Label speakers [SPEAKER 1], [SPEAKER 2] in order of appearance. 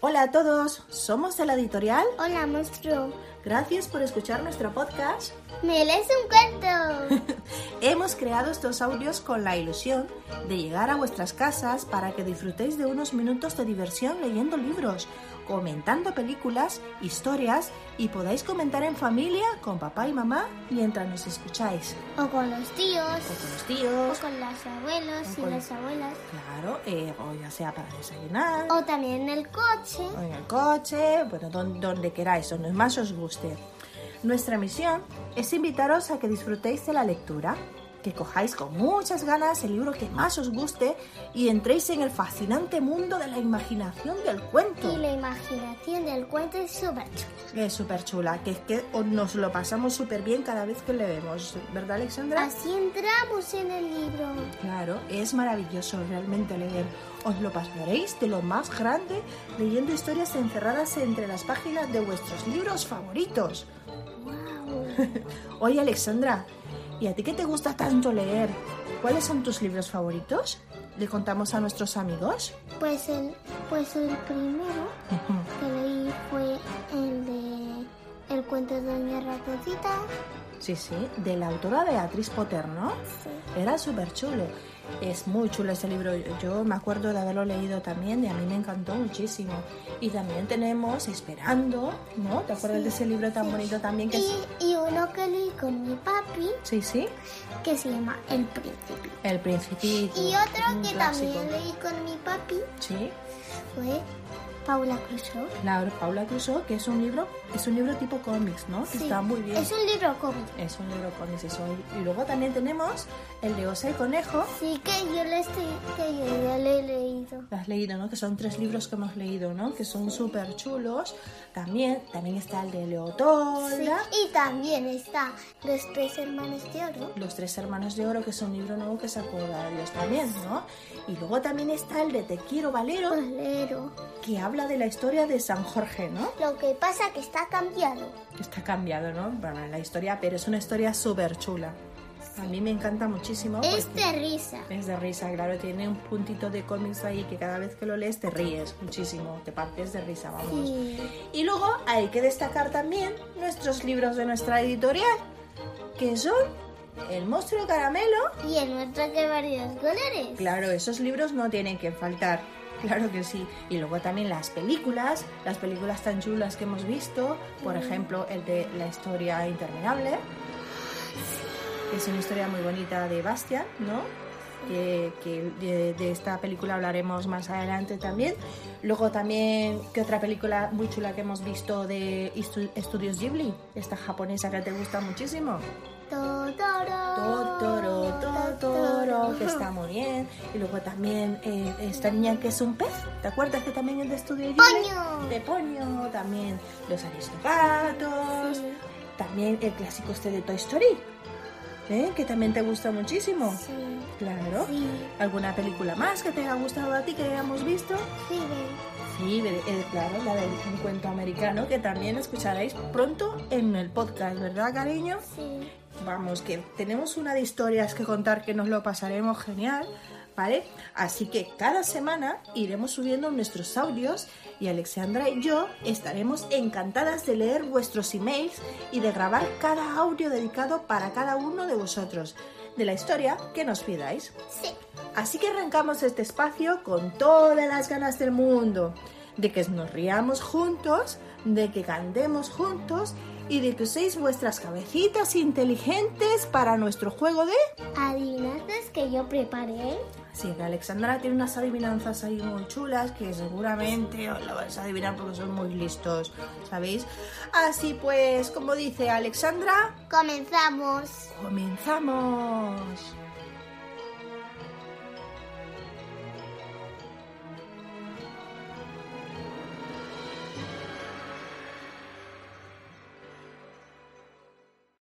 [SPEAKER 1] Hola a todos, somos de la editorial.
[SPEAKER 2] Hola, monstruo.
[SPEAKER 1] Gracias por escuchar nuestro podcast.
[SPEAKER 2] ¿Me lees un cuento?
[SPEAKER 1] Hemos creado estos audios con la ilusión de llegar a vuestras casas para que disfrutéis de unos minutos de diversión leyendo libros, comentando películas, historias y podáis comentar en familia con papá y mamá mientras nos escucháis.
[SPEAKER 2] o con los tíos.
[SPEAKER 1] O con los
[SPEAKER 2] O
[SPEAKER 1] tíos,
[SPEAKER 2] con los abuelos
[SPEAKER 1] O
[SPEAKER 2] y
[SPEAKER 1] con-
[SPEAKER 2] las abuelas.
[SPEAKER 1] claro, eh, o ya sea para desayunar,
[SPEAKER 2] O también en el coche.
[SPEAKER 1] o en el coche, bueno, don- donde queráis, donde más os guste. Nuestra misión es invitaros a que disfrutéis de la lectura, que cojáis con muchas ganas el libro que más os guste y entréis en el fascinante mundo de la imaginación del cuento.
[SPEAKER 2] Y la imaginación del cuento es súper chula.
[SPEAKER 1] Es súper chula, que es que o- nos lo pasamos súper bien cada vez que leemos, ¿verdad Alexandra?
[SPEAKER 2] Así entramos en el libro.
[SPEAKER 1] Claro, es maravilloso realmente leer. Os lo pasaréis de lo más grande leyendo historias encerradas entre las páginas de vuestros libros favoritos.
[SPEAKER 2] ¡Wow!
[SPEAKER 1] Oye, Alexandra, ¿y a ti qué te gusta tanto leer? ¿Cuáles son tus libros favoritos? ¿Le contamos a nuestros amigos?
[SPEAKER 2] Pues el, pues el primero
[SPEAKER 1] Ujú.
[SPEAKER 2] que leí fue el de El cuento de Doña Ratoncita.
[SPEAKER 1] Sí, sí, de la autora Beatriz Potter, ¿no?
[SPEAKER 2] Sí.
[SPEAKER 1] Era súper chulo. Es muy chulo ese libro. Yo me acuerdo de haberlo leído también y a mí me encantó muchísimo. Y también tenemos Esperando, ¿no? ¿Te acuerdas de ese libro tan bonito también que es...
[SPEAKER 2] Y, y uno que leí con mi papi
[SPEAKER 1] Sí, sí.
[SPEAKER 2] que se llama El Príncipe.
[SPEAKER 1] El Principito.
[SPEAKER 2] Y otro
[SPEAKER 1] un
[SPEAKER 2] que
[SPEAKER 1] clásico.
[SPEAKER 2] también leí con mi papi
[SPEAKER 1] Sí.
[SPEAKER 2] fue Paula Crusoe.
[SPEAKER 1] La Paula Crusoe, que es un libro, es un libro tipo cómics, ¿no? Que
[SPEAKER 2] Sí,
[SPEAKER 1] está muy bien.
[SPEAKER 2] Es un libro cómic.
[SPEAKER 1] Es un libro cómics. es un- Y luego también tenemos el de Osa y Conejo.
[SPEAKER 2] Sí que yo lo estoy, que yo ya lo he leído.
[SPEAKER 1] Lo has leído, ¿no? Que son tres libros que hemos leído, ¿no? Que son súper chulos. También, también está el de
[SPEAKER 2] Sí,
[SPEAKER 1] Leotolda.
[SPEAKER 2] y también está Los tres hermanos de oro.
[SPEAKER 1] Los tres hermanos de oro, que es un libro nuevo que sacó Dios también, ¿no? Y luego también está el de Te quiero Valero,
[SPEAKER 2] Valero.
[SPEAKER 1] que habla de la historia de San Jorge, ¿no?
[SPEAKER 2] Lo que pasa que está cambiado.
[SPEAKER 1] Que está cambiado, ¿no? Bueno, la historia, pero es una historia súper chula. A mí me encanta muchísimo. porque-
[SPEAKER 2] Es de risa.
[SPEAKER 1] Es de risa, claro, tiene un puntito de cómics ahí que cada vez que lo lees te ríes muchísimo, te partes de risa, vamos.
[SPEAKER 2] Sí.
[SPEAKER 1] Y luego hay que destacar también nuestros libros de nuestra editorial, que son El monstruo caramelo.
[SPEAKER 2] Y en nuestro de varios colores.
[SPEAKER 1] Claro, esos libros no tienen que faltar, claro que sí. Y luego también las películas, las películas tan chulas que hemos visto, por ejemplo, el de La historia interminable, que es una historia muy bonita de Bastian, ¿no? que, que de, de esta película hablaremos más adelante también. Luego también, que otra película muy chula que hemos visto de Estu- Estudios Ghibli? Esta japonesa que te gusta muchísimo.
[SPEAKER 2] Totoro.
[SPEAKER 1] Totoro, Totoro, que está muy bien. Y luego también eh, esta niña que es un pez, ¿te acuerdas que también es de Estudio Ghibli?
[SPEAKER 2] Poño.
[SPEAKER 1] De Poño, también Los Aristogatos,
[SPEAKER 2] Sí.
[SPEAKER 1] también el clásico este de Toy Story, ¿eh? que también te gusta muchísimo.
[SPEAKER 2] Sí.
[SPEAKER 1] Claro.
[SPEAKER 2] Sí.
[SPEAKER 1] ¿Alguna película más que te haya gustado a ti que hayamos visto?
[SPEAKER 2] Sí, ven.
[SPEAKER 1] Sí, de- eh, claro, la del un cuento americano que también escucharéis pronto en el podcast, ¿verdad, cariño?
[SPEAKER 2] Sí.
[SPEAKER 1] Vamos, que tenemos una de historias que contar que nos lo pasaremos genial, ¿vale? Así que cada semana iremos subiendo nuestros audios y Alexandra y yo estaremos encantadas de leer vuestros emails y de grabar cada audio dedicado para cada uno de vosotros, de la historia que nos pidáis.
[SPEAKER 2] Sí.
[SPEAKER 1] Así que arrancamos este espacio con todas las ganas del mundo, de que nos riamos juntos, de que cantemos juntos y de que uséis vuestras cabecitas inteligentes para nuestro juego de...
[SPEAKER 2] Adivinanzas que yo preparé.
[SPEAKER 1] Así que Alexandra tiene unas adivinanzas ahí muy chulas que seguramente os lo vais a adivinar porque son muy listos, ¿sabéis? Así pues, como dice Alexandra,
[SPEAKER 2] Comenzamos.
[SPEAKER 1] comenzamos.